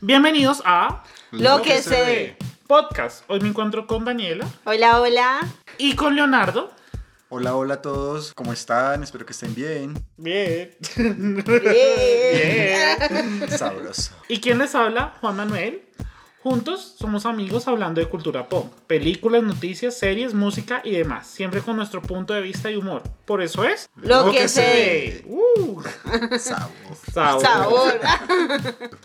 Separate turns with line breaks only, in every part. Bienvenidos a
Pues
Lo que se ve.
Podcast. Hoy me encuentro con Daniela
Hola, hola.
y con Leonardo.
Hola, hola a todos, ¿cómo están? Espero que estén bien.
Bien.
Bien.
Sabroso.
¿Y quién les habla? Juan Manuel. Juntos somos amigos hablando de cultura pop, películas, noticias, series, música y demás, siempre con nuestro punto de vista y humor. Por eso es
Lo que se ve.
Uh,
Sabor.
sabor.
Sabor.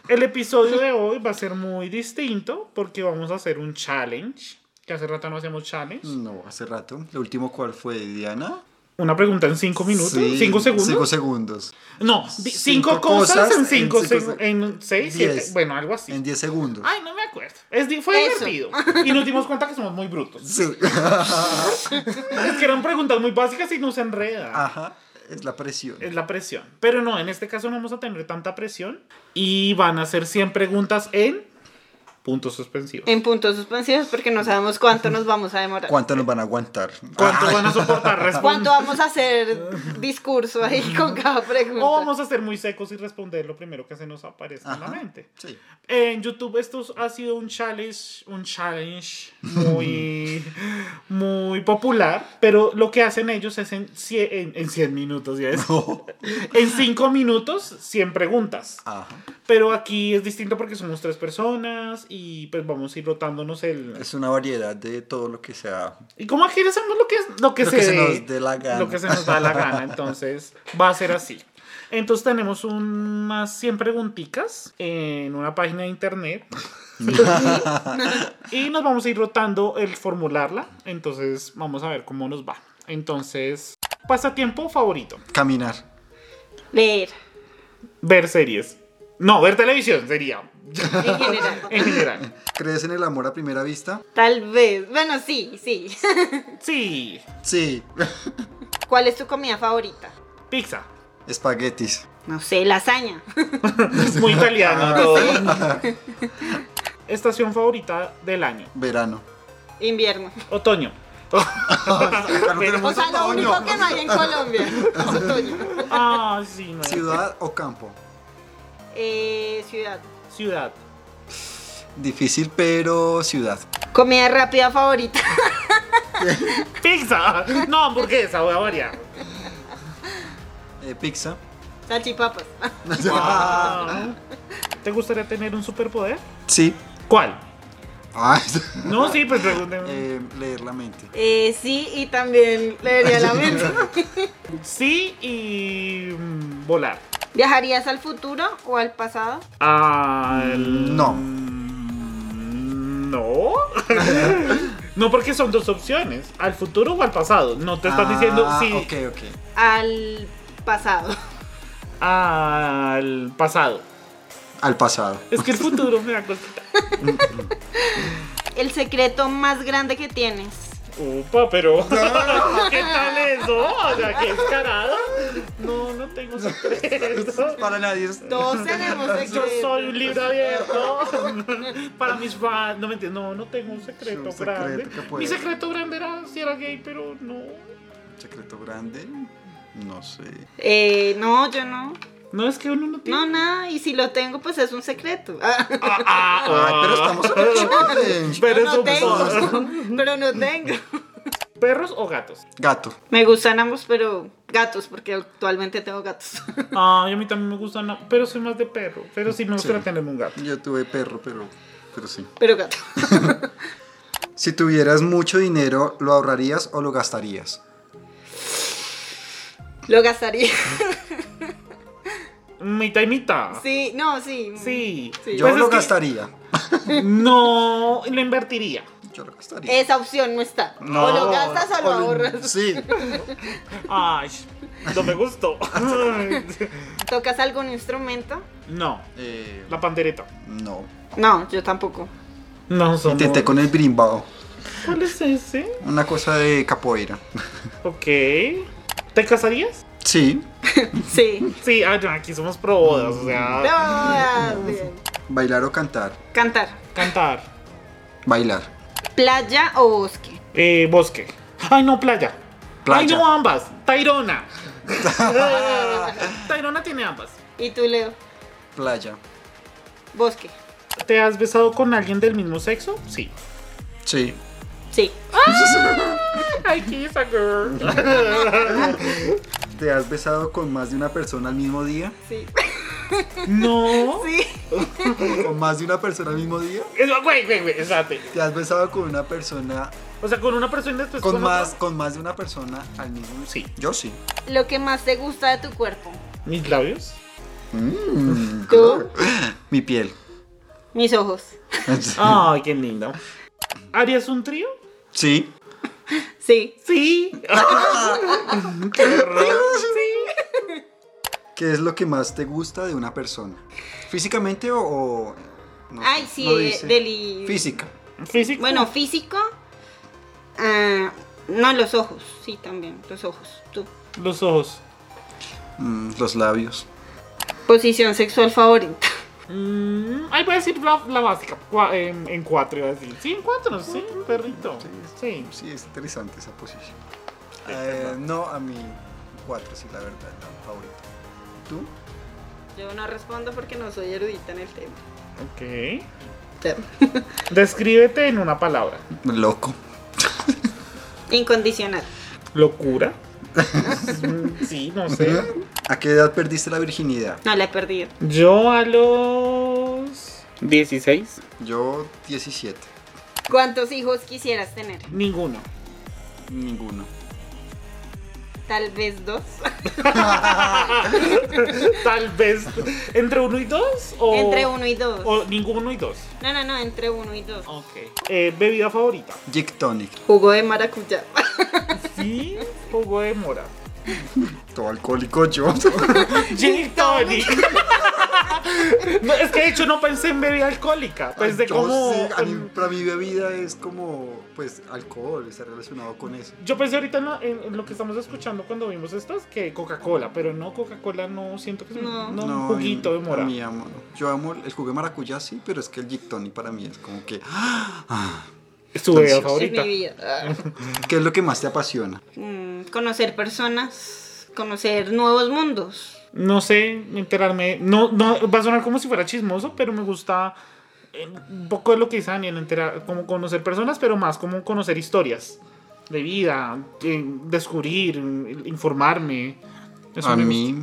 El episodio de hoy va a ser muy distinto porque vamos a hacer un challenge, que hace rato no hacemos challenge.
No, hace rato. ¿Lo último cuál fue, Diana?
Una pregunta en cinco minutos,
Sí,
cinco segundos.
Cinco segundos.
No, di- cinco,
Cinco
cosas,
cosas
en
en
cinco,
cinco
seg-
seg-
en seis,
Diez.
siete, bueno, algo así.
En diez segundos.
Ay, no me acuerdo. Es, di- fue
Eso.
divertido. Y nos dimos cuenta que somos muy brutos.
Sí.
Es que eran preguntas muy básicas y nos enreda.
Ajá, es la presión.
Es la presión. Pero no, en este caso no vamos a tener tanta presión. Y van a ser 100 preguntas en puntos suspensivos.
En puntos suspensivos porque no sabemos cuánto nos vamos a demorar.
¿Cuánto nos van a aguantar?
¿Cuánto
Ah,
van a soportar? Respon-
¿Cuánto vamos a hacer discurso ahí con cada pregunta?
O vamos a ser muy secos y responder lo primero que se nos aparezca en la
Ajá.
mente.
Sí.
En YouTube esto ha sido un challenge, un challenge muy, muy popular, pero lo que hacen ellos es en 100, en, en 100 minutos, ya es. En 5 minutos, 100 preguntas.
Ajá.
Pero aquí es distinto porque somos tres personas y pues vamos a ir rotándonos el...
Es una variedad de todo lo que sea.
Y como aquí hacemos lo que, es- lo que,
Lo
se,
que se
dé-
nos dé la gana.
Lo que se nos da la gana, entonces va a ser así. Entonces tenemos unas 100 preguntitas en una página de internet y nos vamos a ir rotando el formularla. Entonces vamos a ver cómo nos va. Entonces, pasatiempo favorito.
Caminar.
Leer,
Ver series. No, ver televisión sería
en general.
en general.
¿Crees en el amor a primera vista?
Tal vez. Bueno, sí, sí.
Sí,
Sí.
¿Cuál es tu comida favorita?
pizza.
Espaguetis.
No sé, lasaña.
Muy italiano todo. Estación favorita del año.
Verano.
Invierno.
Otoño.
Claro,
O
tenemos
sea, lo
otoño.
único que no hay en Colombia. es otoño.
Ah, sí, no.
Ciudad o campo.
Eh, ciudad.
Ciudad.
Difícil, pero ciudad.
Comida rápida favorita.
Pizza. No, hamburguesa, voy a variar.
Eh, pizza.
Salchipapas.
Ah. ¿Te gustaría tener un superpoder?
Sí.
¿Cuál?
Ah,
No, sí, pues pregúnteme.
eh, leer la mente.
Eh, sí, y también leería la mente.
Sí y mm, volar.
¿Viajarías al futuro o al pasado?
Al-
No.
No. No, porque son dos opciones, al futuro o al pasado. No te estás
Ah,
diciendo sí
Ok, ok.
Al pasado.
al pasado.
Al pasado.
Es que el futuro me da cosita.
El secreto más grande que tienes.
Upa, pero. ¿Qué tal eso? O sea, qué descarado. No, no tengo secretos.
Para nadie es...
Todos tenemos
Yo
secretos.
soy un libro abierto para mis fans. No me entiendo, no, no tengo un secreto,
Un secreto
grande.
que puede-
Mi secreto grande era si era gay, pero no.
Secreto grande. No sé.
Eh, no, yo no.
No es que uno no tiene.
No, nada. Y si lo tengo, pues es un secreto.
Ah, ah, ah.
Ay, pero estamos en el challenge.
Pero
no
es un
tengo.
poco-
Pero no tengo.
¿Perros o gatos?
Gato.
Me gustan ambos, pero gatos, porque actualmente tengo gatos.
Ay, a mí también me gustan, no, pero soy más de perro. Pero sí me gustaría tener un gato.
Yo tuve perro, pero, pero sí.
Pero gato.
Si tuvieras mucho dinero, ¿lo ahorrarías o lo gastarías?
Lo gastaría.
Mitad y mitad.
Sí, no, sí.
Ah. Sí.
Sí.
Yo
Pues
lo
es que-
gastaría.
No, lo invertiría.
Yo lo gastaría.
Esa opción no está.
No.
O lo gastas o lo ahorras.
Sí.
Ay, no me gustó.
¿Tocas algún instrumento?
No,
Eh,
la pandereta.
no.
No, yo tampoco.
No, somos...
Intenté con el brimbao.
¿Cuál es ese?
Una cosa de capoeira.
Ok. ¿Te casarías?
Sí.
Sí.
Sí, ah, no, aquí somos pro bodas, o
No,
sea,
ah, bien.
Bailar o cantar.
Cantar.
cantar.
Bailar.
¿Playa o bosque?
Eh, bosque. Ay, no, playa.
Playa.
Ay, no, ambas. Tairona. Tairona tiene ambas.
¿Y tú, Leo?
Playa.
Bosque.
¿Te has besado con alguien del mismo sexo? Sí.
Sí.
Sí.
I kiss a girl.
¿Te has besado con más de una persona al mismo día?
Sí.
No.
Sí.
¿Con más de una persona al mismo día?
Eso, güey, güey, güey, espérate.
¿Te has besado con una persona
O sea, con una persona y después
con
otra.
más con más de una persona al mismo día?
Sí.
Yo sí.
Lo que más te gusta de tu cuerpo.
¿Mis labios?
Tú,
Mi piel.
mis ojos.
Ay, qué lindo. ¿Harías un trío?
Sí.
Sí.
Sí. Qué horror.
¿Qué es lo que más te gusta de una persona? ¿Físicamente o...? o- no sé,
Ay, sí,
no
eh,
dice?
deli-
Física.
Físico.
Bueno, físico. ah, no, los ojos. Sí, también. Los ojos. Tú.
Los ojos.
Mm, los labios.
Posición sexual favorita.
Mm, ahí voy a decir la, la básica. cua- en, en cuatro iba a decir. Sí, en cuatro, sí, perrito. Sí.
Sí, es interesante esa posición. Eh, no, a mí cuatro, sí, la verdad, la favorita. ¿Tú?
Yo no respondo porque no soy erudita en el tema.
Ok. Descríbete en una palabra.
Loco.
Incondicional.
Locura. Mm, sí, no sé.
¿A qué edad perdiste la virginidad?
No la he perdido.
Yo a los 16.
Yo 17.
¿Cuántos hijos quisieras tener?
Ninguno.
Ninguno.
Tal vez dos.
Tal vez. ¿Entre uno y dos?
Oh.
O,
entre uno y dos.
O ninguno y dos.
No, no, no, entre uno y dos.
Ok. Eh, ¿Bebida favorita?
Jig tonic.
Jugo de maracuyá.
Sí, jugo de mora.
Todo alcohólico yo.
Gin tonic. No, es que de hecho no pensé en bebida alcohólica. Pensé
Yo
como.
sí, a mí-
Pues con-
para mi bebida es como, pues, alcohol, está relacionado con eso.
yo pensé ahorita en lo, en- en lo que estamos escuchando cuando vimos estas, que Coca-Cola, pero no, Coca-Cola no siento que es un-
No.
no, un juguito de mora.
a mí amo- yo amo el jugo de maracuyá, sí, pero es que el Jig tonic para mí es como que. ¡ah!
Es tu bebida
Delicioso.
Es mi
favorita.
vida. Ah.
¿Qué es lo que más te apasiona?
Mm, conocer personas, conocer nuevos mundos.
No sé, enterarme. No, no, va a sonar como si fuera chismoso, pero me gusta eh, un poco de lo que dice Daniel, enterar, como conocer personas, pero más como conocer historias de vida, eh, descubrir, eh, informarme. Eso
a
me
mí,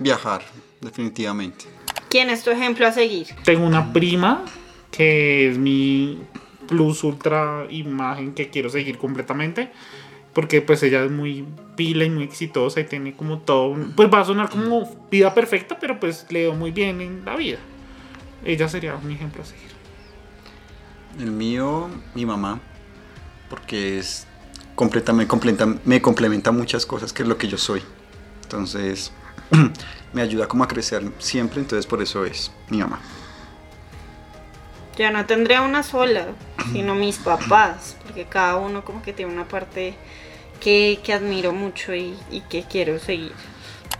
viajar, definitivamente.
¿Quién es tu ejemplo a seguir?
Tengo una prima que es mi plus ultra imagen que quiero seguir completamente. Porque pues ella es muy pila y muy exitosa y tiene como todo... un- Pues va a sonar como vida perfecta, pero pues le dio muy bien en la vida. Ella sería un ejemplo a seguir.
El mío, mi mamá, porque es completa, me, completa, me complementa muchas cosas que es lo que yo soy. Entonces, me ayuda como a crecer siempre, entonces por eso es mi mamá.
Yo no tendría una sola, sino mis papás, porque cada uno como que tiene una parte que, que admiro mucho y, y que quiero seguir.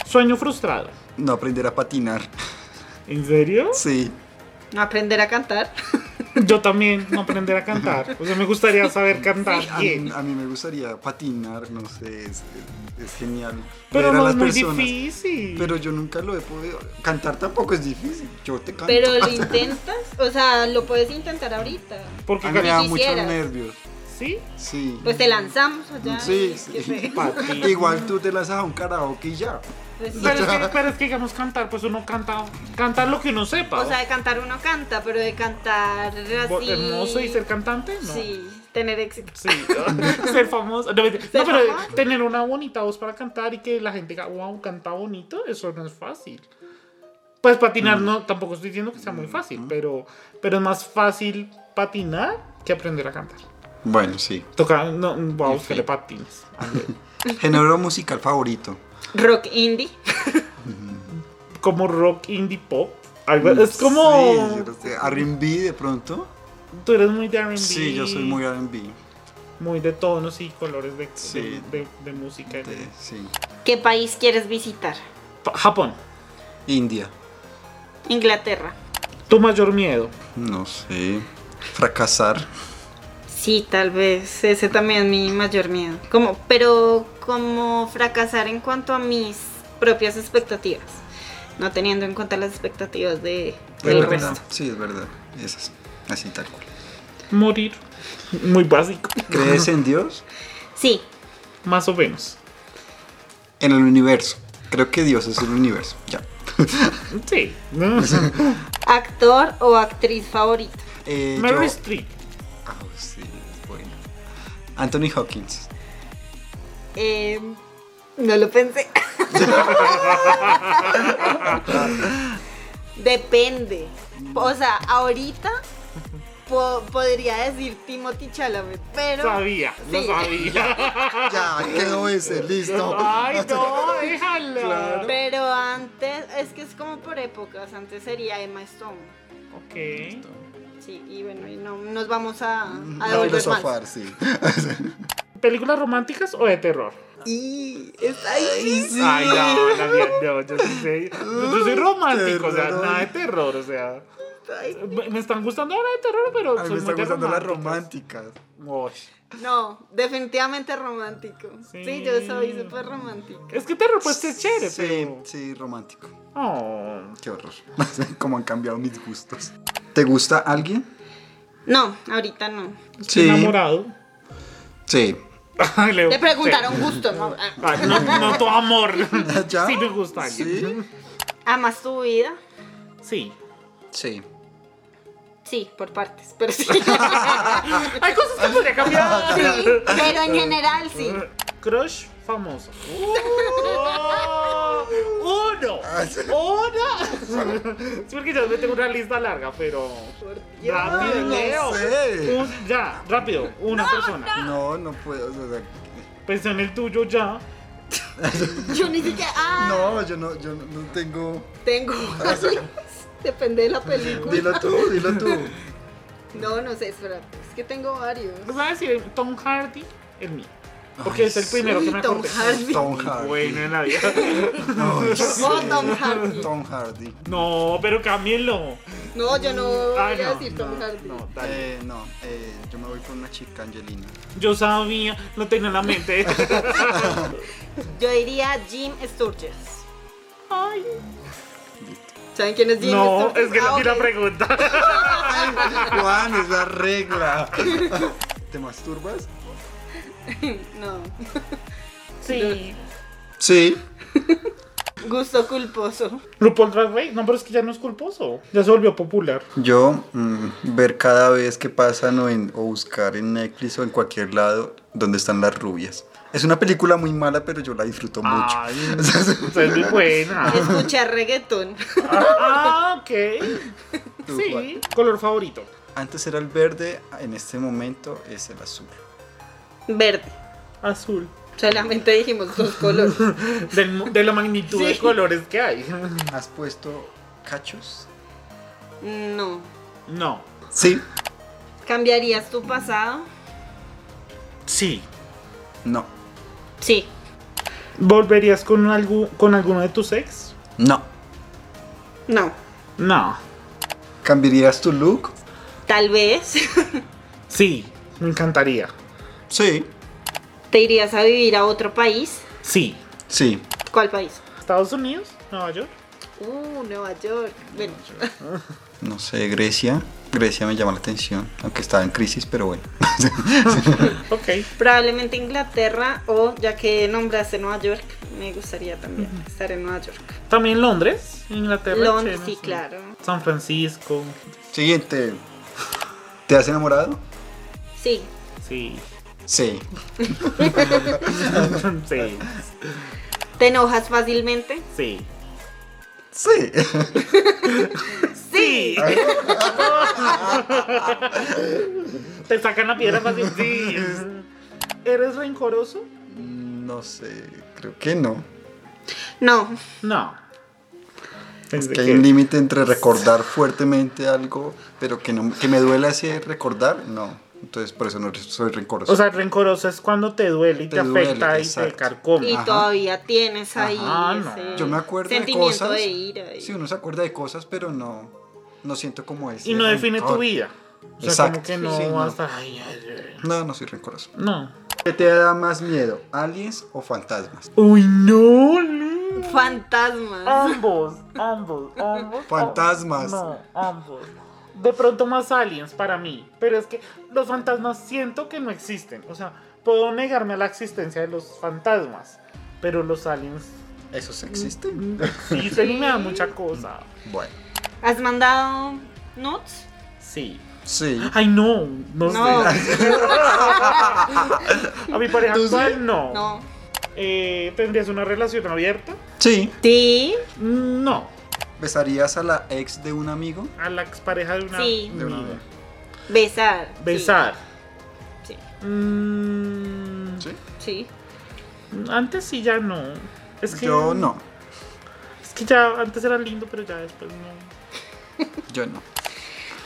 Sueño frustrado.
No aprender a patinar,
¿En serio?
sí.
No aprender a cantar.
Yo también, no aprender a cantar. O sea, me gustaría saber cantar
A
bien.
mí, a mí me gustaría patinar, no sé, es, es genial.
Pero
ver a
no
las
es muy
personas.
difícil.
Pero yo nunca lo he podido. Cantar tampoco es difícil. Yo te canto.
Pero lo intentas, o sea, lo puedes intentar ahorita.
Porque
a mí me
si
da muchos
quisieras.
nervios.
sí,
Sí.
Pues te lanzamos allá.
Sí,
y
sí.
que se-
papi.
Igual tú te lanzas a un karaoke y ya.
pues sí.
Pero es, que, pero es que digamos cantar, pues uno canta, cantar lo que uno sepa.
O sea, de cantar uno canta, pero de cantar
Bo-
así.
hermoso y ser cantante, no.
Sí, tener éxito.
Sí, ser famoso. No, mentira. No,
Ser
pero
famoso.
tener una bonita voz para cantar y que la gente diga, wow, canta bonito, eso no es fácil. Pues
Mm.
patinar, no, tampoco estoy diciendo que sea muy fácil, pero, pero es más fácil patinar que aprender a cantar.
Bueno, sí.
Toca, no, wow, que le patines.
Género musical favorito.
Rock indie.
Como rock indie pop. algo-
Pues,
es como.
Mm, Sí, yo no sé, R&B de pronto.
Tú eres muy de RB.
Sí, yo soy muy R&B.
muy de tonos y colores de,
Sí.
de, de- de música.
de- Sí.
¿Qué país quieres visitar?
Pa- Japón,
India.
Inglaterra.
tu mayor miedo.
No sé. Fracasar.
Sí, tal vez. Ese también es mi mayor miedo. Como, pero como fracasar en cuanto a mis propias expectativas. No teniendo en cuenta las expectativas de, del
verdad.
resto.
Sí, es verdad. Esas, así tal cual.
Morir. Muy básico.
¿Crees en Dios?
Sí,
Más o menos.
En el universo. Creo que Dios es el universo. Ya.
Sí. ¿no?
actor o actriz favorito.
Eh, yo-
Meryl Streep.
Ah, sí, es bueno. Anthony Hawkins.
Eh, no lo pensé. Depende. O sea, ahorita po- podría decir Timothy Chalamet, pero
Sabía, lo
Sí.
sabía.
Ya, quedó ese, listo.
Ay, no, déjala.
pero antes es que es como por épocas, antes sería Emma Stone.
Ok.
Sí, y bueno, y no nos vamos a, a
Mm, A
devolver más.
filosofar, sí.
¿Películas románticas o de terror?
Y está difícil.
Ay, no, la mía, no, yo sí sé. Yo soy romántico, o sea,
Terror.
nada de terror, o sea.
Ay,
Me me están gustando ahora de terror, pero
A mí
soy
me están
muy de
gustando las
románticas.
románticas.
Uy.
No, definitivamente romántico. Sí,
Sí.
yo soy súper romántica.
Es que terror pues es chévere,
Sí,
pero...
sí, romántico.
Oh.
Qué horror. Cómo han cambiado mis gustos. ¿Te gusta alguien?
No, ahorita no.
Estoy enamorado.
Sí.
Ay, Leo,
Le preguntaron
sí.
gusto, ¿no? Ah,
Ay, no, no, tu amor.
¿Ya?
Sí me gusta alguien.
Sí.
¿Amas tu vida?
Sí.
Sí.
Sí, por partes, pero sí.
Hay cosas que podría cambiar.
Sí, pero en general sí.
Crush famoso. ¡Oh! uno. Una. Es porque yo me tengo una lista larga, pero.
Por Dios.
Rápido,
no
Leo.
sé.
Un- ya, rápido. Una persona.
No, no puedo. o sea,
Pensé en el tuyo ya.
Yo ni siquiera. Ah,
no, yo no, yo no tengo.
tengo. Depende de la película.
Dilo tú, dilo tú.
No, no sé, espera. Es que tengo varios.
¿Vas a decir Tom Hardy? El mío. Porque es el primero que
Uy,
me
Tom
acordé.
Hardy.
Tom Hardy.
Bueno, en la vida.
Ay, sí.
Oh, Tom Hardy.
Tom Hardy.
No, pero cámbienlo.
No, yo no
Ah,
voy a
no.
decir Tom
No,
Hardy.
no, dale.
Eh, no, eh, yo me voy con una chica Angelina.
Yo sabía, lo tenía en la mente.
Yo diría Jim Sturgess.
Ay.
¿Saben quién es Jim
No,
Sturgess?
es que no
Ah,
vi la
ok.
pregunta.
Juan, es la regla. ¿Te masturbas?
No.
Sí.
Sí.
Gusto culposo.
RuPaul Drag Race, no, pero es que ya no es culposo. Ya se volvió popular.
Yo mm, ver cada vez que pasan o, en- o buscar en Netflix o en cualquier lado donde están las rubias. Es una película muy mala, pero yo la disfruto
Ay,
mucho.
esa es muy buena.
Escuchar reggaetón.
Ah, ok.
Tú,
Sí.
Juan.
Color favorito.
Antes era el verde, en este momento es el azul.
Verde.
Azul.
Solamente dijimos dos colores.
Del mu- de la magnitud de
Sí.
colores que hay.
¿Has puesto cachos?
No.
No.
Sí.
¿Cambiarías tu pasado?
Sí.
No.
Sí.
¿Volverías con, algu- con alguno de tus ex?
No.
No.
No.
¿Cambiarías tu look?
Tal vez.
Sí. Me encantaría.
Sí.
¿Te irías a vivir a otro país?
Sí.
Sí.
¿Cuál país?
¿Estados Unidos? ¿Nueva York?
Uh, Nueva York. Bueno,
No sé, Grecia. Grecia me llama la atención, aunque estaba en crisis, pero bueno.
Ok.
probablemente Inglaterra o, ya que nombraste Nueva York, me gustaría también estar en Nueva York.
También Londres, Inglaterra.
Londres,
chévere,
sí, claro.
San Francisco.
Siguiente. ¿Te has enamorado?
Sí.
Sí.
Sí.
sí,
¿Te enojas fácilmente?
sí.
Sí.
Sí. Te sacan la piedra fácil. Sí. ¿Eres rencoroso?
Mm, No sé, creo que no.
No.
No.
Es que hay un límite entre recordar fuertemente algo, pero que, no, que me duele así recordar, no. Entonces por eso no soy rencoroso.
O sea, rencoroso es cuando te duele y te,
Te duele,
afecta y te
exacto. Ah,
carcome.
Y
Ajá.
todavía tienes ahí
Ajá, no.
ese
yo me acuerdo de
sentimiento
cosas.
de ira. y-
Sí, uno se acuerda de cosas, pero no, no siento como es.
Y no define tu vida. O sea,
Exacto.
como que no
Sí, no.
vas a- ay, ay, ay.
No, no soy rencoroso.
No.
¿Qué te da más miedo, aliens o fantasmas?
Uy, no, no.
Fantasmas.
Ambos, ambos, ambos.
Fantasmas.
No, ambos. De pronto más aliens para mí. Pero es que los fantasmas siento que no existen. O sea, puedo negarme a la existencia de los fantasmas. Pero los aliens
Eso sí existe.
sí, se me da mucha cosa.
Bueno,
¿Has mandado notes?
Sí.
sí.
Ay, no. No,
No,
sé. A mi pareja
¿Tú sí?
actual, no.
no.
Eh, ¿Tendrías una relación abierta?
Sí.
Sí,
No.
¿Besarías a la ex de un amigo?
A la expareja de una.
Sí.
De una
amiga.
vez.
besar. sí,
Besar.
Sí,
Mm,
Sí.
sí.
Antes sí, ya no. Es que,
Yo no.
Es que ya antes era lindo, pero ya después no.
Yo no.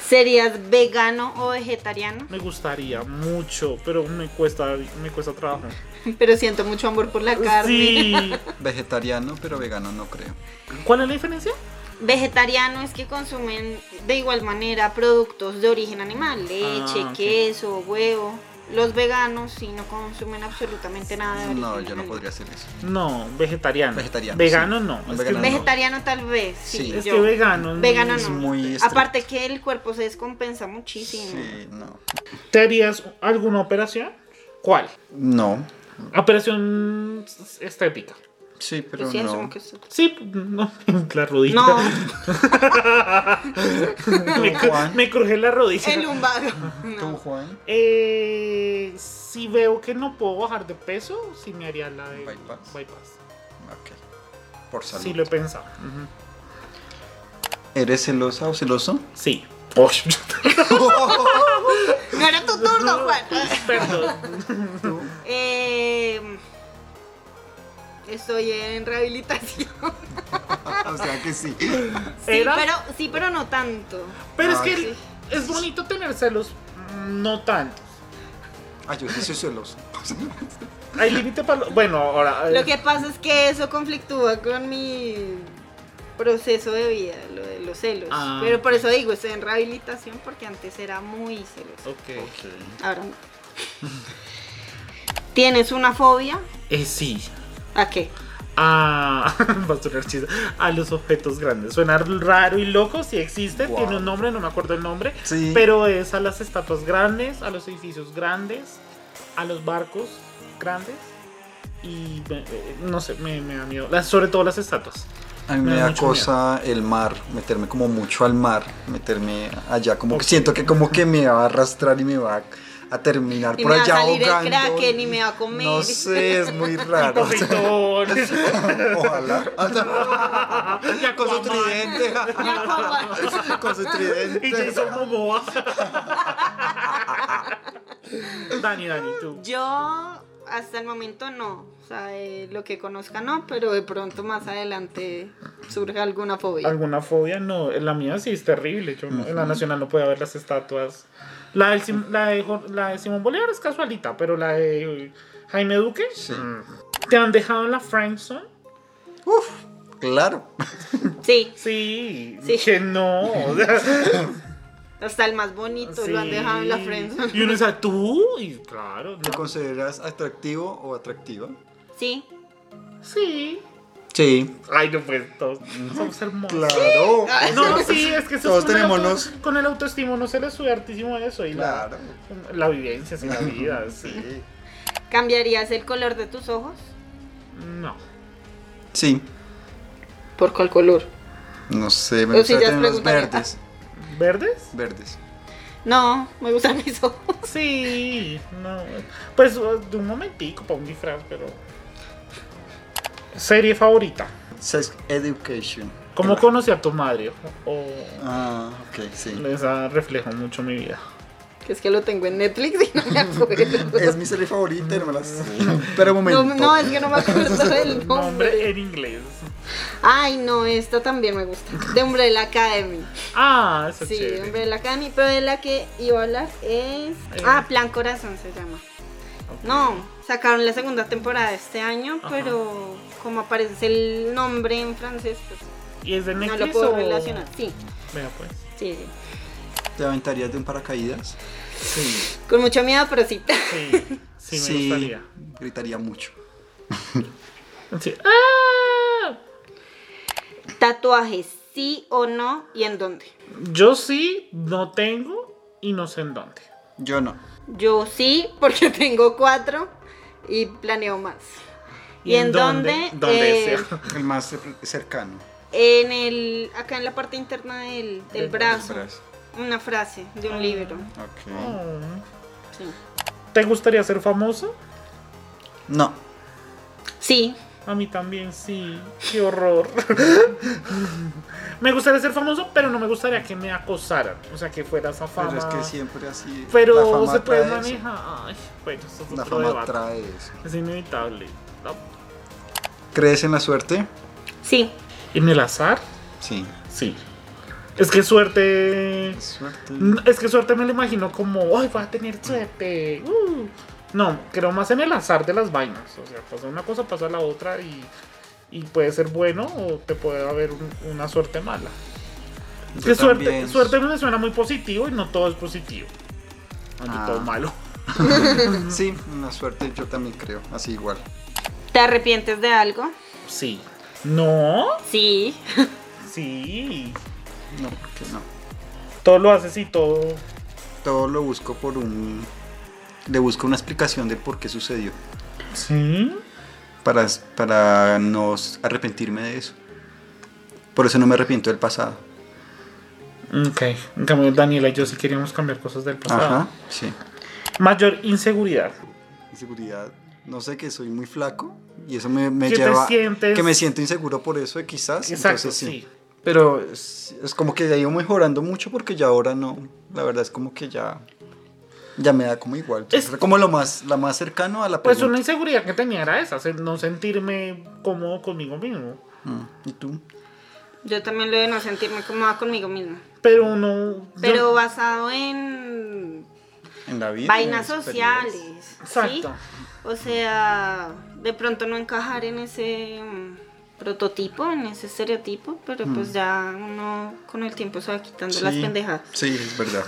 ¿Serías vegano o vegetariano?
Me gustaría mucho, pero me cuesta, me cuesta trabajo. Pues
Pero siento mucho amor por la carne.
Sí.
Vegetariano, pero vegano no creo.
¿Cuál es la diferencia?
Vegetariano es que consumen de igual manera productos de origen animal, leche,
Ah, ok.
queso, huevo. Los veganos sí no consumen absolutamente nada de origen
No, yo no
animal.
podría hacer eso.
No, vegetariano.
Vegetariano,
Vegano
sí.
no. Es que-
Vegano no.
Vegetariano tal vez, sí.
Sí.
Es
yo.
que vegano. no.
Vegano
Es
no.
muy estricto.
Aparte que el cuerpo se descompensa muchísimo.
Sí, no.
¿Te harías alguna operación? ¿Cuál?
No.
Operación estética.
Sí,
Yo
pero
sí asumo
no.
que eso-
Sí, no, la rodilla.
No,
me, cru-
Juan.
me crujé la rodilla.
el lumbago.
¿Tú,
No.
Juan?
Eh, si veo que no puedo bajar de peso, sí me haría la de
Bypass.
bypass.
Ok. Por salud.
Sí, lo he pensado.
¿Eres celosa o celoso?
Sí.
Oh,
No era tu turno, Juan.
Perdón.
Eh, estoy en rehabilitación.
o sea que sí.
Sí,
¿Era?
pero sí, pero no tanto.
Pero es
Ay,
que
sí.
es bonito tener celos, mm, no tantos.
Ah, yo sí soy celoso.
Hay límite para... lo- Bueno, ahora... eh,
Lo que pasa es que eso conflictúa con mi proceso de vida, lo de los celos.
Ah.
Pero por eso digo, estoy en rehabilitación porque antes era muy celosa.
Ok.
Ahora no. ¿Tienes una fobia?
Eh, sí.
¿A qué?
Ah, va a sonar chiste. A los objetos grandes. Suena raro y loco, si existe.
Wow.
Tiene un nombre, no me acuerdo el nombre.
Sí.
Pero es a las estatuas grandes, a los edificios grandes, a los barcos grandes. Y eh, eh, no sé, me, me da miedo. Las- sobre todo las estatuas.
A mí
Me
me
da
da
mucho
cosa el mar, meterme como mucho al mar, meterme allá, como
Ok.
que siento que como que me va a arrastrar y me va a- a terminar
Y
por
me va a
allá
salir el
ahogando.
kraken y me va a comer.
No sé, es muy raro.
Poseidón.
Ojalá.
Y Aquaman.
Con su tridente. Con su
Y
tridente.
Jason Momoa. Dani, Dani, tú.
Yo hasta el momento no. O sea, eh, lo que conozca no, pero de pronto más adelante surge alguna fobia.
¿Alguna fobia? No, la mía sí es terrible. Yo no- En la nacional no puede haber las estatuas. La, del Sim- la, de, Jo- la de Simón Bolívar es casualita, pero la de eh, Jaime Duque. mm. ¿Te han dejado en la Frankson?
Uf, claro.
Sí,
Sí,
Sí.
que no. o sea,
hasta el más bonito lo han
sí.
dejado en la friendzone.
Y uno dice, ¿tú? Y claro,
¿Te
no.
consideras atractivo o atractiva?
Sí,
Sí.
Sí,
Ay, no, pues todos somos hermosos.
claro.
No, sí, es que eso es
Todos
con el
tenemos
auto-
los-
Con el autoestima no se le sube hartísimo eso. Y
Claro.
la, la vivencia, sí, la vida, sí.
Sí.
¿Cambiarías el color de tus ojos?
No.
Sí.
¿Por cuál color?
No sé, me
Pero si
gustaría
ya has
tener los
preguntado.
verdes.
¿Verdes?
Verdes.
No, me gustan mis ojos.
Sí, no. Pues uh, de un momentico para un disfraz, pero. Serie favorita.
Sex Education.
¿Cómo conocí a tu madre? O,
Ah, ok, sí.
esa refleja mucho mi vida.
Que es que lo tengo en Netflix y no me acuerdo.
Es mi serie favorita, no me la sé. Pero un
No,
momento.
no, es que no me acuerdo del
Nombre
nombre.
en inglés.
Ay, no, esta también me gusta. De Umbrella Academy.
Ah, esa
Sí,
chévere.
Umbrella Academy, pero de la que iba a hablar es.
Eh.
Ah, Plan Corazón se llama. No, sacaron la segunda temporada este año,
Ajá.
pero como aparece el nombre en francés, pues
¿Y es de
no
Netflix
lo puedo
o-
relacionar. Sí,
Vea, pues.
sí, sí.
¿Te aventarías de un paracaídas?
Sí,
Con mucho miedo, pero sí.
sí. Sí, me gustaría.
Gritaría mucho.
Sí. ¡Ah!
Tatuajes, sí o no y en dónde.
Yo sí, no tengo y no sé en dónde.
Yo no.
Yo sí, porque tengo cuatro y planeo más. ¿Y, en dónde?
¿Dónde
Eh,
sea.
El más cer- cercano.
En el, acá en la parte interna del, del
Ah,
brazo,
Brazo.
una frase de un libro.
Ok.
Oh.
Sí.
¿Te gustaría ser famoso?
No.
Sí,
A mí también sí. Qué horror. me gustaría ser famoso, pero no me gustaría que me acosaran. O sea, que fuera esa fama.
Pero es que siempre así. la
Pero
fama
se puede
trae eso.
manejar. Ay, bueno, eso es
La
otro
fama
debate.
trae eso.
Es inevitable. No.
¿Crees en la suerte?
sí.
¿En el azar?
Sí.
Sí. Es que suerte.
Suerte.
Es que suerte me lo imagino como, ay, voy a tener suerte. uh". No, creo más en el azar de las vainas. O sea, pasa una cosa, pasa la otra y, y puede ser bueno o te puede haber un- una suerte mala. Es
Yo
que suerte,
también.
suerte me suena muy positivo y no todo es positivo. Ni
Ah.
todo malo.
Sí, en la suerte yo también creo. Así igual.
¿Te arrepientes de algo?
Sí. No,
Sí.
sí.
No, porque no.
Todo lo haces y todo.
Todo lo busco por un. Le busco una explicación de por qué sucedió.
Sí.
Para, para no arrepentirme de eso. Por eso no me arrepiento del pasado.
Ok. En cambio, Daniela y yo sí queríamos cambiar cosas del pasado.
Ajá. Sí.
Mayor inseguridad.
Inseguridad. No sé que soy muy flaco y eso me, me
¿Qué te
lleva.
sientes?
Que me siento inseguro por eso, eh, quizás.
Exacto,
entonces,
sí.
Pero es, es como que ya he ido mejorando mucho porque ya ahora no. La verdad es como que ya. Ya me da como igual. ya
Es-
Es como lo más, la más cercano a la
Pues
pregunta.
una inseguridad que tenía era esa, se- no sentirme cómodo conmigo mismo.
Mm, ¿Y tú?
Yo también lo de no sentirme cómoda conmigo misma.
Pero no. yo-
Pero basado en
En la vida.
vainas
en las
sociales. ¿sí?
Exacto.
O sea, de pronto no encajar en ese mm, prototipo, en ese estereotipo, pero pues ya uno con el tiempo se va quitando las
Sí,
pendejadas.
Sí, es verdad.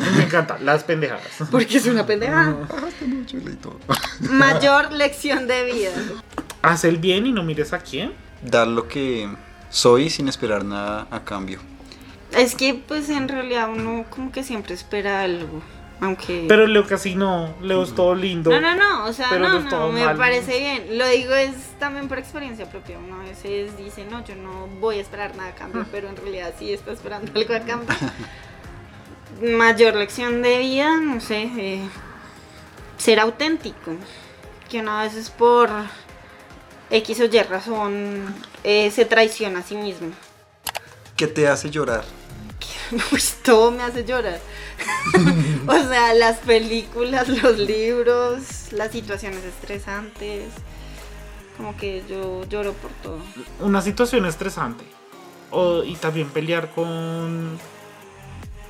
Me encanta, las pendejadas.
Porque es una pendejada.
Bajaste mucho y todo.
Mayor lección de vida.
Haz el bien y no mires a quién.
Dar lo que soy sin esperar nada a cambio.
Es que pues en realidad uno como que siempre espera algo, aunque...
Pero Leo casi no, Leo es todo lindo.
No, no, no, o sea,
Pero no
no,
es
no,
todo
me
mal.
parece bien. Lo digo es también por experiencia propia. Uno a veces dice, no, yo no voy a esperar nada a cambio,
Ah.
pero en realidad sí está esperando algo a cambio. Mayor lección de vida, no sé, eh, ser auténtico. Que uno a veces por X o Y razón eh, se traiciona a sí mismo.
¿Qué te hace llorar?
Pues todo me hace llorar. o sea, las películas, los libros, las situaciones estresantes. Como que yo lloro por todo.
Una situación estresante. O- y también pelear con.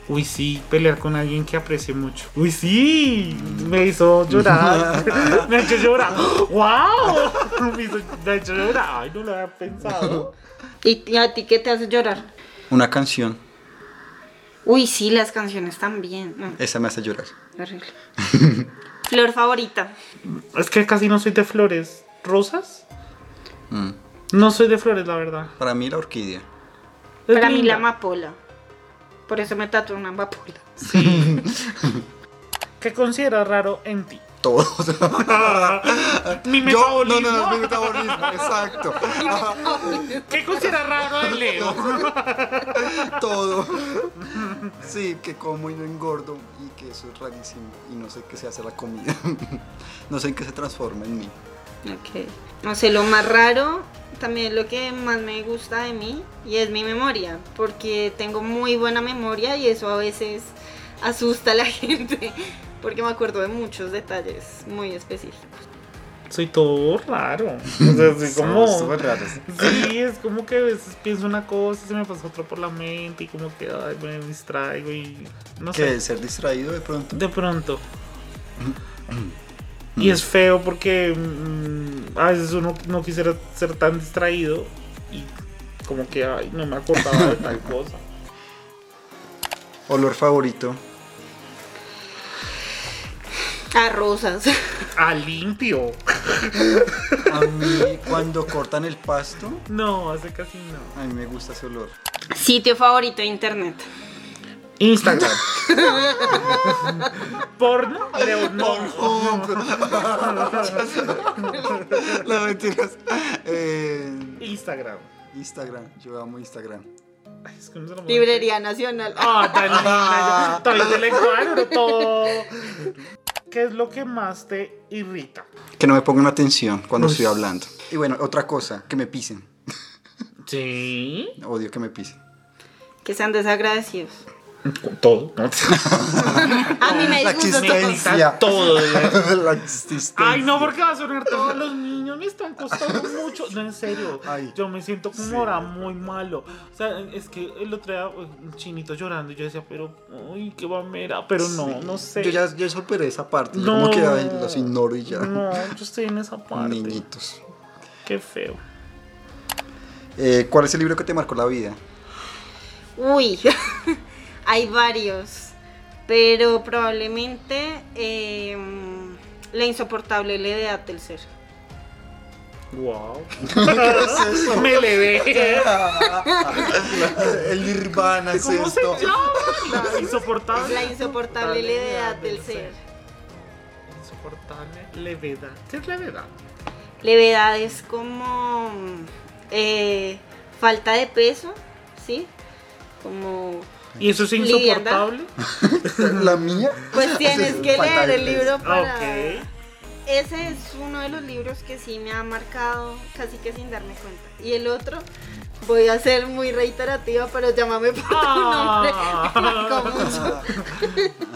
Uy, sí, pelear con alguien que aprecie mucho. Uy, sí, me hizo llorar. me ha hecho llorar. ¡Wow! Me, hizo, me ha hecho llorar. Ay, no lo había pensado.
¿Y y a ti qué te hace llorar?
Una canción.
Uy, sí, las canciones también. No,
Eh.
Esa me hace llorar.
horrible. Flor favorita.
Es que casi no soy de flores. ¿Rosas?
Mm.
No soy de flores, la verdad.
Para mí la orquídea.
Es
Para mí
linda.
la amapola. Por eso me tatué una amapola.
¿Qué consideras raro en ti?
Todo.
Ah. Mi
Yo, no,
metabolismo.
no, no, mi metabolismo, exacto.
¿Qué consideras raro en Leo?
Todo. Sí, que como y no engordo y que eso es rarísimo y no sé qué se hace la comida. No sé en qué se transforma en mí.
Ok. No sé, lo más raro, también lo que más me gusta de mí, y es mi memoria, porque tengo muy buena memoria y eso a veces asusta a la gente, porque me acuerdo de muchos detalles muy específicos.
Soy todo raro. O sea, soy como.
Somos raros.
Sí, es como que a veces pienso una cosa y se me pasa otra por la mente y como que ay, me distraigo y no
Que
sé.
ser distraído de pronto.
De pronto. Y es feo porque mm, a veces uno no quisiera ser tan distraído y como que ay, no me acordaba de tal cosa.
Olor favorito.
A Ah, rosas.
A Ah, limpio.
A mí cuando cortan el pasto,
No, hace casi no.
a mí me gusta ese olor.
Sitio favorito de internet.
Instagram. Porno, Leonor.
No, mentiras. Eh,
Instagram.
Instagram, yo amo Instagram.
Ay, es que no se lo puedo-
Librería Nacional.
Ah, tan linda. Tan intelectual, pero todo. ¿Qué es lo que más te irrita?
Que no me pongan atención cuando
Uy.
estoy hablando. Y bueno, otra cosa, que me pisen.
Sí.
Odio que me pisen.
Que sean desagradecidos.
Todo, ¿no?
A mí me
La
disgusta
Me
todo.
irrita todo. ya.
La existencia.
Ay, no, porque va a sonar todos los niños me están costando mucho. No, en serio.
Ay.
yo me siento como ahora muy malo. O sea, es que el otro día uy, un chinito llorando y yo decía, pero, uy, qué bamera. Ah, Pero no,
Sí.
no sé.
Yo ya yo superé esa parte. Yo
No.
como que ay, los ignoro y ya.
No, yo estoy en esa parte.
Niñitos.
Qué feo.
Eh, ¿Cuál es el libro que te marcó la vida?
Uy, hay varios, pero probablemente eh, la insoportable levedad del ser.
Wow.
es eso?
me le ve.
el Nirvana es
¿Cómo se
esto.
llama? La insoportable.
La insoportable levedad del ser.
Insoportable levedad. ¿Qué es levedad?
Levedad es como eh, falta de peso, ¿sí? Como,
¿Y eso es
Liviandad.
insoportable?
La mía.
pues tienes que
Falta
leer
de
el
peso.
libro para...
Ok.
Ese es uno de los libros que sí me ha marcado casi que sin darme cuenta. Y el otro, voy a ser muy reiterativa, pero llámame por tu nombre.
Ah.
Me marcó mucho.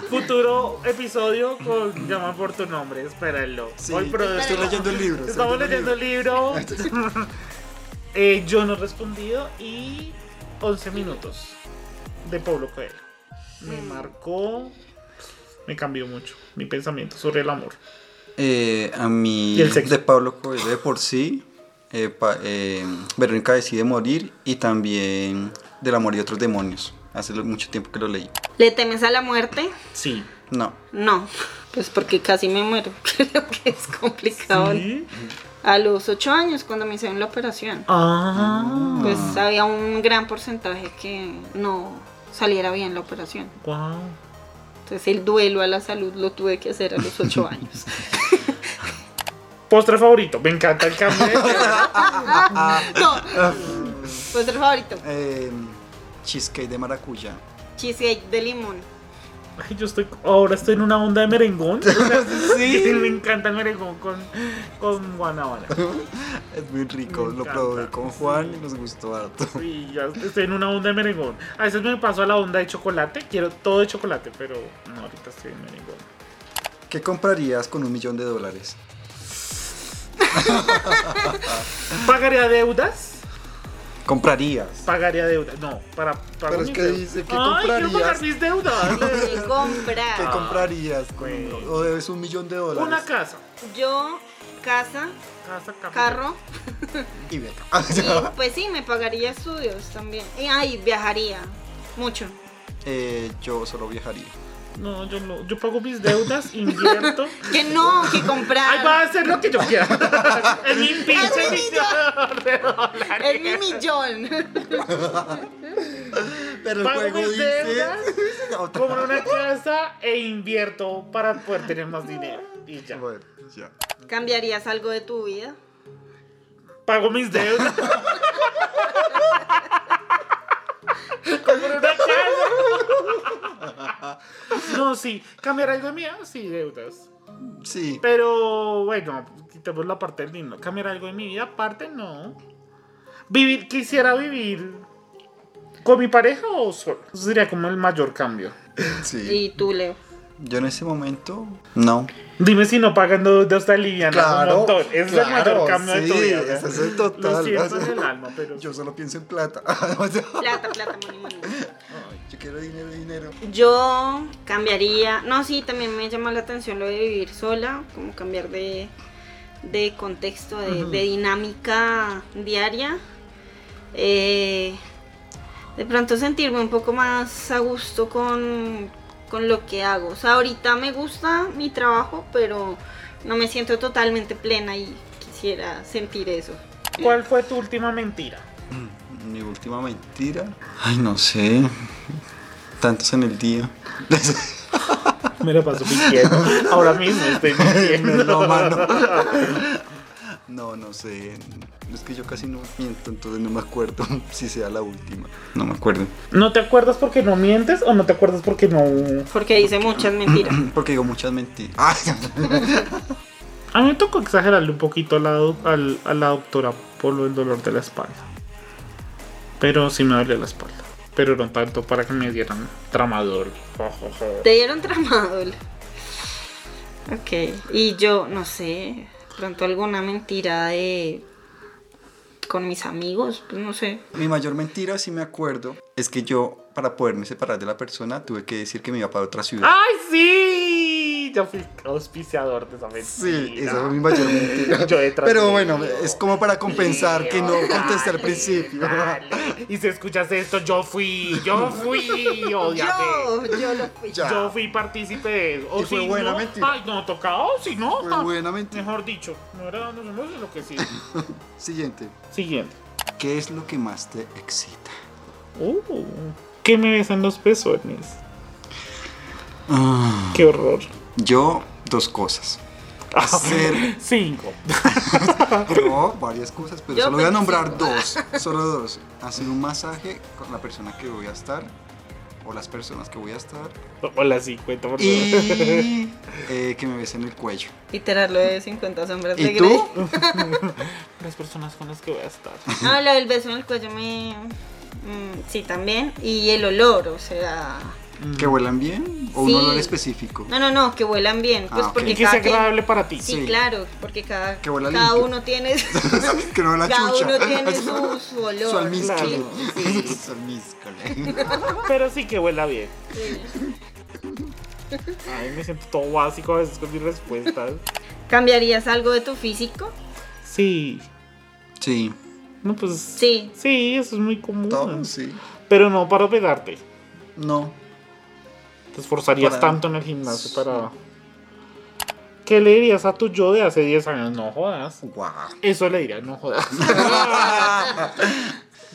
Futuro episodio con Llama por tu nombre, espérenlo.
Sí,
Hoy pro-
estoy leyendo el libro. estoy
Estamos leyendo
leyendo
el libro. Eh, yo no he respondido y 11 minutos de Pablo Coelho. Me
Mm.
marcó, me cambió mucho mi pensamiento sobre el amor.
Eh, a mí,
¿Y el sexo?
de Pablo Coelho de por sí, eh, pa- eh, Verónica decide morir y también del amor y otros demonios. Hace lo- mucho tiempo que lo leí.
¿Le temes a la muerte?
Sí.
No,
No, pues porque casi me muero. Creo que es complicado.
¿Sí?
A los ocho años, cuando me hicieron la operación,
Ah,
pues había un gran porcentaje que no saliera bien la operación.
wow.
Entonces el duelo a la salud lo tuve que hacer a los ocho años.
Postre favorito, me encanta el cambio. de tema.
Ah,
No. Vuestro favorito.
eh, Cheesecake de Maracuya.
Cheesecake de limón.
Ay, yo estoy, ahora estoy en una onda de merengón. O sea, me encanta el merengón con, con guanábana.
Es muy rico,
Me
lo
encanta,
probé con Juan y nos gustó harto.
Sí, ya estoy en una onda de merengón. A veces me paso a la onda de chocolate. Quiero todo de chocolate, pero no, ahorita estoy en merengón.
¿Qué comprarías con un millón de dólares?
¿Pagaría deudas?
¿Comprarías?
Pagaría deudas. No, para pagar
Pero es
mis
que
deudas.
dice que
Ay, quiero pagar
comprarías.
mis deudas.
De
¿Qué
comprar.
comprarías con un,
Güey.
o debes un millón de dólares?
Ah, pues. una casa.
Yo, casa,
Casa, café.
carro.
Y vete.
Y, pues sí, me pagaría estudios también. Y ay, viajaría. Mucho.
Eh, yo solo viajaría.
No, yo no. Yo pago mis deudas, invierto.
Que no, que
Ay, va
comprar.
a hacer lo que yo quiera. es mi pinche millón de dólares.
Es mi millón.
Pero
Pago mis deudas, Compro una casa e invierto para poder tener más dinero. Y ya.
Bueno, ya.
¿Cambiarías algo de tu vida?
Pago mis deudas. Compro una casa. No, sí, cambiar algo de mía, sí, deudas.
Sí.
Pero bueno, quitemos la parte del dinero. Cambiar algo de mi vida, aparte no. Vivir, quisiera vivir con mi pareja o solo. Eso sería como el mayor cambio.
Sí.
Y tú, Leo.
Yo en ese momento. No.
Dime si no pagando deudas tan livianas un montón. Ese Es el mayor cambio de tu
sí,
vida. o sea.
Ese es el total.
Lo siento
o sea,
en el alma, pero.
Yo solo pienso en plata.
Plata, plata, money, money.
yo quiero dinero, dinero.
Yo cambiaría, no, sí, también me llama la atención lo de vivir sola, como cambiar de, de contexto, de, de dinámica diaria. Eh, de pronto sentirme un poco más a gusto con, con lo que hago. O sea, ahorita me gusta mi trabajo, pero no me siento totalmente plena y quisiera sentir eso.
¿Cuál fue tu última mentira?
Mi última mentira. Ay, no sé. tantos en el día.
Me lo paso mintiendo. Ahora mismo estoy mintiendo.
No, mano. No, no sé. Es que yo casi no miento, entonces no me acuerdo si sea la última. No me acuerdo.
¿No te acuerdas porque no mientes o no te acuerdas porque no.?
Porque dice muchas mentiras.
Porque digo muchas mentiras. Ah,
A mí me tocó exagerarle un poquito a la, do- al- a la doctora por lo del dolor de la espalda. Pero sí me dolió la espalda. Pero no tanto para que me dieran tramador.
Te dieron tramadol. Ok. Y yo, no sé, pronto alguna mentira de... Con mis amigos, pues no sé.
Mi mayor mentira, si me acuerdo, es que yo, para poderme separar de la persona, tuve que decir que me iba para otra ciudad.
¡Ay, sí! Yo fui auspiciador de esa mentira.
Sí, esa fue mi mayor mentira.
ah. Yo detrás
Pero
mío.
bueno, es como para compensar que no
Dale,
contesté al principio.
dale. Y si escuchas esto, yo fui, yo fui, odiate.
Yo, yo lo fui.
Ya.
Yo fui partícipe de eso.
Y fue
si
buena
no,
mentira.
Ay, no, tocado, si no.
Fue
ah,
buena mentira.
Mejor dicho, no era no no sé lo que sí.
Siguiente.
Siguiente.
¿Qué es lo que más te excita?
Uh, ¿Qué me besan los pezones?
Ah,
Qué horror.
Yo, dos cosas. Hacer-
Cinco.
Yo, varias cosas, pero
Yo
solo voy a
pensé-
nombrar dos. Solo dos. Hacer un masaje con la persona que voy a estar o las personas que voy a estar.
O las 50, por
Y
favor.
eh, que me besen el cuello.
Iterarlo de 50 sombras de
¿Y
Grey.
tú?
Las personas con las que voy a estar.
Ah, lo del beso en el cuello me... mm, sí, también. Y el olor, o sea...
¿Que huelan bien? ¿O
Sí.
un olor específico?
No, no, no, que vuelan bien. Pues
Ah, ok.
Y
porque
que sea
cada quien-
agradable para ti.
Sí,
Sí.
claro, porque cada,
Que huela
cada
limpio.
uno tiene...
que no la
Cada
chucha.
uno tiene su, su olor.
Su almíscale.
Sí, sí,
Su almíscale.
Pero sí que huela bien.
sí.
Ay, me siento todo básico a veces con mis respuestas.
¿Cambiarías algo de tu físico?
Sí.
Sí.
No, pues.
Sí.
Sí, eso es muy común.
Todo, sí.
Pero no para operarte.
No.
Te esforzarías
Para-
tanto en el gimnasio para. ¿Qué le dirías a tu yo de hace 10 años? No jodas.
Guau.
Eso le diría, no jodas.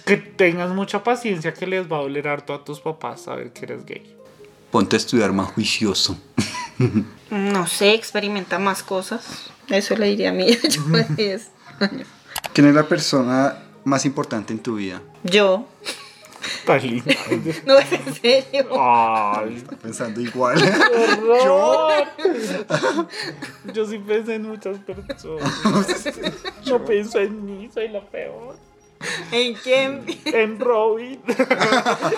que tengas mucha paciencia, que les va a doler harto a tus papás saber que eres gay.
Ponte a estudiar más juicioso.
No sé, experimenta más cosas. Eso le diría a mí. Yo, pues,
¿Quién es la persona más importante en tu vida?
yo.
Tan linda.
No es en serio.
Ay,
Pensando igual.
yo. Yo sí pensé en muchas personas. Yo pienso en mí, soy la peor.
¿En quién?
En Robin.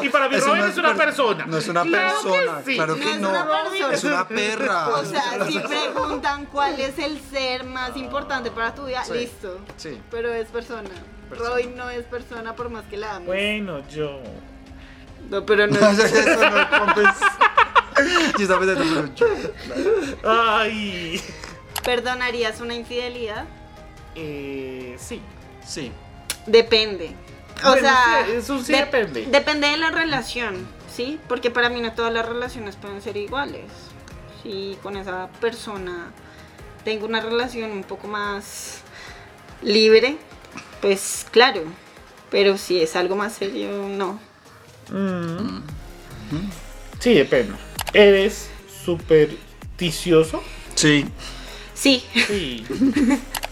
y para mí
Eso
Robin
no
es,
es
una
per-
persona.
no es una
Claro que
persona,
sí.
claro que
No es una
no.
persona.
Es una perra.
O sea, si preguntan cuál es el ser más importante para tu vida,
Sí.
listo.
Sí.
Pero es persona.
Persona.
Roy no es persona por más que la ames.
Bueno, yo.
No, pero no.
Eso no es compens- Yo estaba pensando, pero yo-
Ay.
¿Perdonarías una infidelidad?
Eh, sí.
Sí.
Depende. O
Bueno,
sea,
sí, eso Pues sí depende.
Depende de la relación, ¿sí? Porque para mí no todas las relaciones pueden ser iguales. Si con esa persona tengo una relación un poco más libre, pues claro. Pero si es algo más serio, no.
Mm. Sí, depende. ¿Eres supersticioso?
Sí.
Sí,
Sí.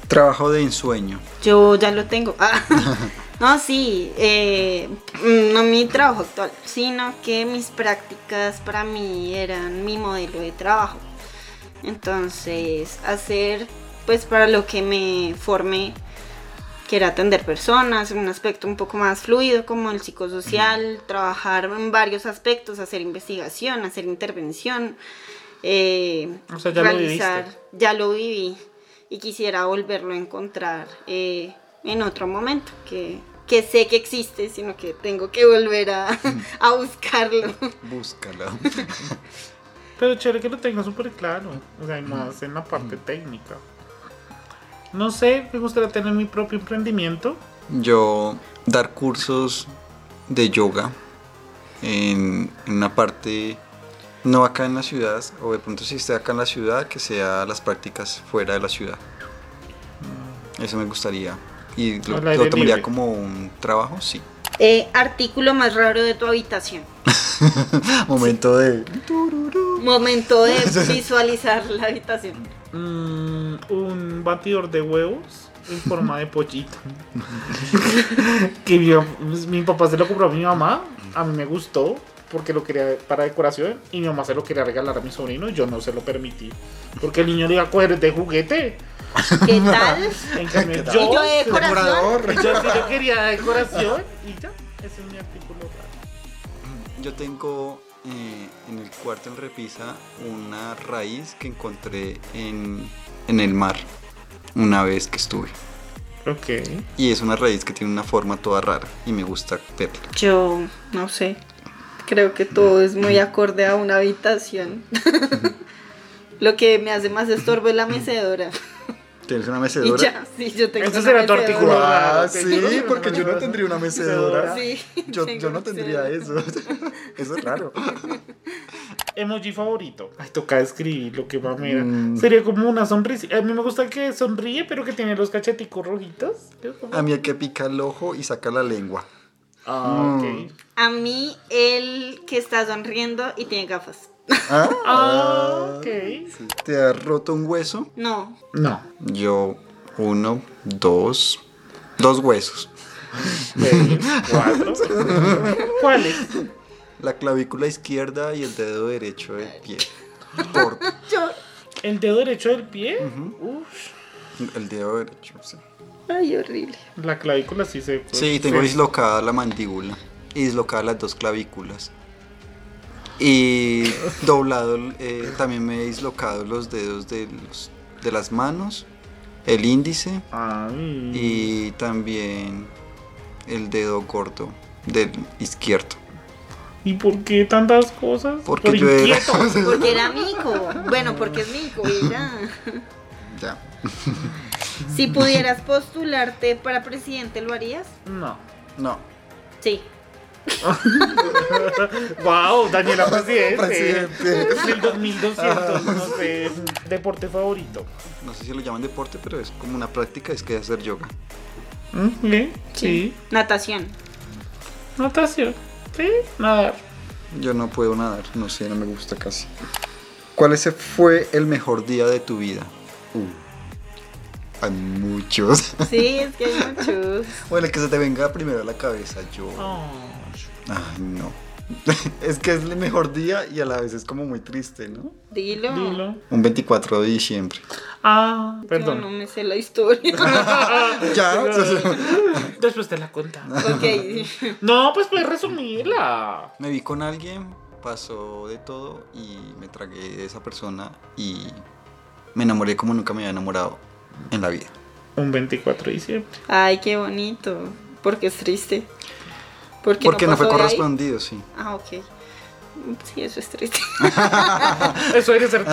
Trabajo de ensueño.
yo ya lo tengo. Ah, no, sí, eh, mm, no mi trabajo actual, sino que mis prácticas para mí eran mi modelo de trabajo. Entonces, hacer, pues para lo que me formé, que era atender personas, un aspecto un poco más fluido como el psicosocial, trabajar en varios aspectos, hacer investigación, hacer intervención, eh,
O sea, ya lo viviste.
ya lo viví y quisiera volverlo a encontrar eh, en otro momento, que, que sé que existe, sino que tengo que volver a, a buscarlo.
Búscalo.
Pero chévere que lo tengas súper claro. O sea, y más en la parte técnica. No sé, me gustaría tener mi propio emprendimiento.
Yo dar cursos de yoga en, en una parte, no acá en la ciudad, o de pronto si esté acá en la ciudad, que sea las prácticas fuera de la ciudad. Mm, Eso me gustaría. ¿Y lo,
Al aire
lo tomaría
libre.
como un trabajo? Sí.
Eh, artículo más raro de tu habitación.
Momento de...
Momento de visualizar la habitación.
Mm, un batidor de huevos en forma de pollito. que mi, pues, mi papá se lo compró a mi mamá. A mí me gustó porque lo quería para decoración. Y mi mamá se lo quería regalar a mi sobrino. Y yo no se lo permití. Porque el niño le iba a coger de juguete.
¿Qué tal?
En cambio,
¿Qué tal?
yo,
Yo de decoración.
Decorador.
yo, sí, yo quería decoración. Y ya, ese es mi artículo.
Yo tengo eh, en el cuarto en repisa una raíz que encontré en, en el mar una vez que estuve.
Ok.
Y es una raíz que tiene una forma toda rara y me gusta verla.
Yo no sé. Creo que todo es muy acorde a una habitación. Lo que me hace más estorbo es la mecedora.
¿Tienes una
Y
mecedora?
ya, sí, yo tengo
Ese
una
será tu
mecedora.
artículo. Claro,
Ah, sí,
tengo una
porque yo no
mecedora.
tendría una mecedora.
Sí,
Yo,
tengo
yo no
una
tendría
mecedora.
eso. Eso es raro.
Emoji favorito. Ay, toca escribir lo que va mira.
Mm.
Sería como una sonrisa. A mí me gusta que sonríe, pero que tiene los cacheticos rojitos. Que es como-
A mí el que pica el ojo y saca la lengua.
Ah,
Mm.
ok.
A mí, el que está sonriendo y tiene gafas.
Ah,
Ah, ok.
sí. ¿Te ha roto un hueso?
No,
No.
Yo, uno, dos, dos huesos.
Seis, cuatro. ¿Cuáles?
La clavícula izquierda y el dedo derecho del pie. Por
yo.
¿El dedo derecho del pie? Uf.
el dedo derecho, sí.
Ay, horrible.
La clavícula sí se.
Sí, tengo
se-
dislocada la mandíbula y dislocadas las dos clavículas. Y doblado, eh, también me he dislocado los dedos de, los, de las manos, el índice
Ay.
y también el dedo corto del izquierdo.
¿Y por qué tantas cosas?
Porque
Por
yo era-
inquieto.
Porque era mico. Bueno, porque es mico y ya.
Ya.
Si pudieras postularte para presidente, ¿lo harías?
No.
No.
Sí.
Wow, Daniela Presidente. Ah,
Presidente.
Del 2200, no sé. Deporte favorito.
No sé si lo llaman deporte, pero es como una práctica, es que es hacer yoga.
Sí. sí.
Natación.
Natación. Sí, nadar.
Yo no puedo nadar, no sé, no me gusta casi. ¿Cuál ese fue el mejor día de tu vida? Uh. Hay muchos.
Sí, es que hay muchos.
Bueno, el que se te venga primero a la cabeza, yo.
Oh.
Ay, no. Es que es el mejor día y a la vez es como muy triste, ¿no?
Dilo.
Dilo.
Un 24 de diciembre.
Ah,
Yo no
perdón.
me sé la historia.
Ya.
Después te la cuenta.
ok.
No, pues puedes resumirla.
Me vi con alguien, pasó de todo y me tragué de esa persona y me enamoré como nunca me había enamorado en la vida.
Un 24 de diciembre.
Ay, qué bonito. Porque es triste. Porque,
Porque no, fue
pasó de ahí?
correspondido, sí.
Ah, ok. Sí, eso es triste.
Eso eres ser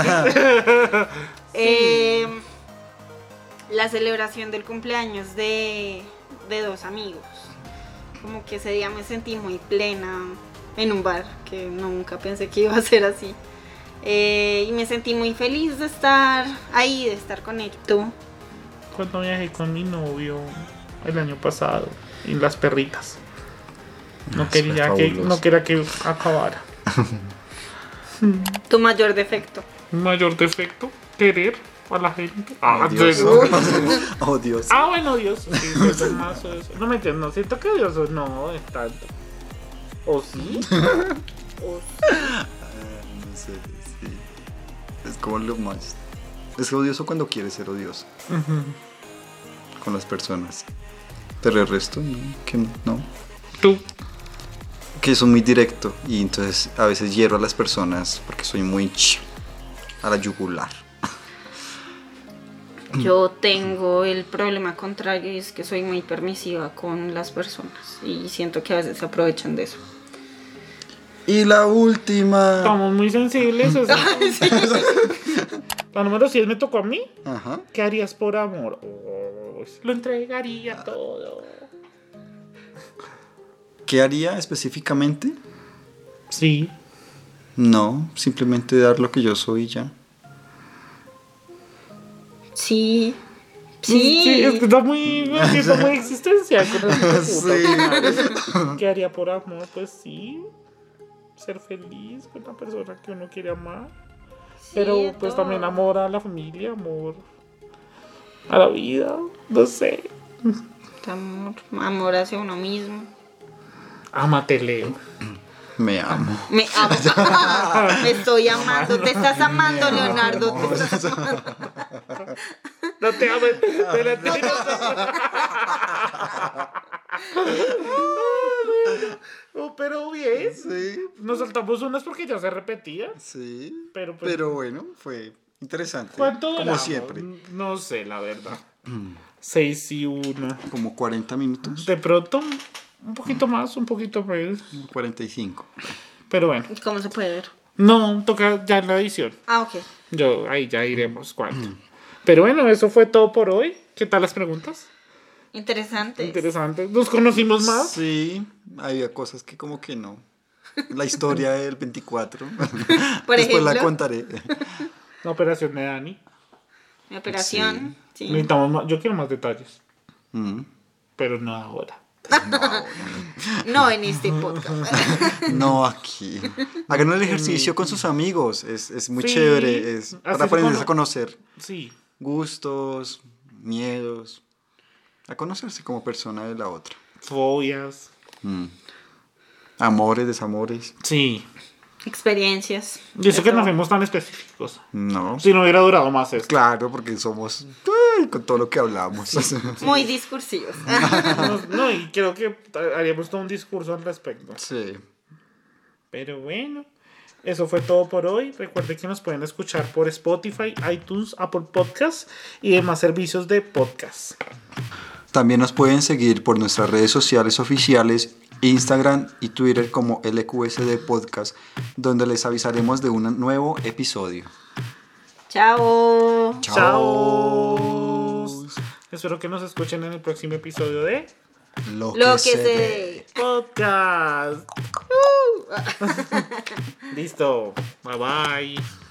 Eh, la celebración del cumpleaños de, de dos amigos. Como que ese día me sentí muy plena en un bar, que nunca pensé que iba a ser así. Eh, y me sentí muy feliz de estar ahí, de estar con él. Tú.
Cuando viajé con mi novio el año pasado y las perritas. No
Ah,
quería
fue
que,
fabuloso.
no quería que acabara.
Tu mayor defecto.
Mayor defecto, querer a la gente. Ah,
Oh, Dios.
de-
Oh, Dios.
Ah, bueno, Dios. Sí, eso es más, eso es- No me entiendo, no siento que Dios no es tanto. ¿O sí?
Ah, no sé, sí. Es como lo más. Es odioso cuando quieres ser odioso con las personas. Pero el resto, no, que no.
Tú.
Que soy muy directo y entonces a veces hiero a las personas porque soy muy ch- a la yugular.
Yo tengo el problema contrario y es que soy muy permisiva con las personas y siento que a veces se aprovechan de eso.
Y la última.
Estamos muy sensibles. o sea. La número 10 me tocó a mí.
Ajá.
¿Qué harías por amor? Oh, lo entregaría todo.
¿Qué haría específicamente?
Sí.
No, simplemente dar lo que yo soy y ya.
Sí. Sí.
Pues es que está muy, me siento muy existencial con este puto.
Sí.
¿Qué haría por amor? Pues sí. ser feliz con la persona que uno quiere amar.
Sí,
Pero
de
pues
todo.
también amor a la familia, amor a la vida, no sé.
Amor, amor hacia uno mismo.
Amate, Leo.
Me amo.
Me amo. Me estoy amando. Te estás amando,
Me amo.
Leonardo. Te estás-
No te ames. Te la tiro. No, pero bien.
Sí,
Nos saltamos unas porque ya se repetía.
sí.
Pero, pues,
Pero bueno, fue interesante.
¿cuánto
Como
duramos?
siempre.
No sé, la verdad. Seis y una.
Como 40 minutos.
De pronto, un poquito más, un poquito menos.
como 45.
Pero bueno.
¿Cómo se puede ver?
No, toca ya en la edición.
Ah, ok.
Yo, ahí ya iremos cuánto.
Mm.
Pero bueno, eso fue todo por hoy. ¿Qué tal las preguntas?
Interesante.
Interesante. Nos conocimos más.
Sí, había cosas que como que no. La historia del 24.
Por
Después la
ejemplo.
contaré.
La operación de Dani.
Mi operación. Sí.
Necesitamos más- Yo quiero más detalles,
Mm.
pero no ahora.
No en este podcast.
No aquí. Hagan el ejercicio con sus amigos. Es, es muy
Sí,
chévere. Es
así
para
se
aprenderse
cono-
a conocer
Sí.
gustos, miedos. A conocerse como persona de la otra.
Fobias.
Mm. Amores, desamores.
Sí.
Experiencias.
Y eso
De
que
todo.
no fuimos tan específicos.
No.
Si no hubiera durado más esto.
Claro, porque somos ay, con todo lo que hablamos.
Muy discursivos.
No, no, y creo que haríamos todo un discurso al respecto.
Sí.
Pero bueno, eso fue todo por hoy. Recuerden que nos pueden escuchar por Spotify, iTunes, Apple Podcasts y demás servicios de podcast.
También nos pueden seguir por nuestras redes sociales oficiales, Instagram y Twitter como LQSD Podcast, donde les avisaremos de un nuevo episodio.
Chao.
Chao. Espero que nos escuchen en el próximo episodio de
Lo que se
dé.
dé.
Podcast. Listo. Bye bye.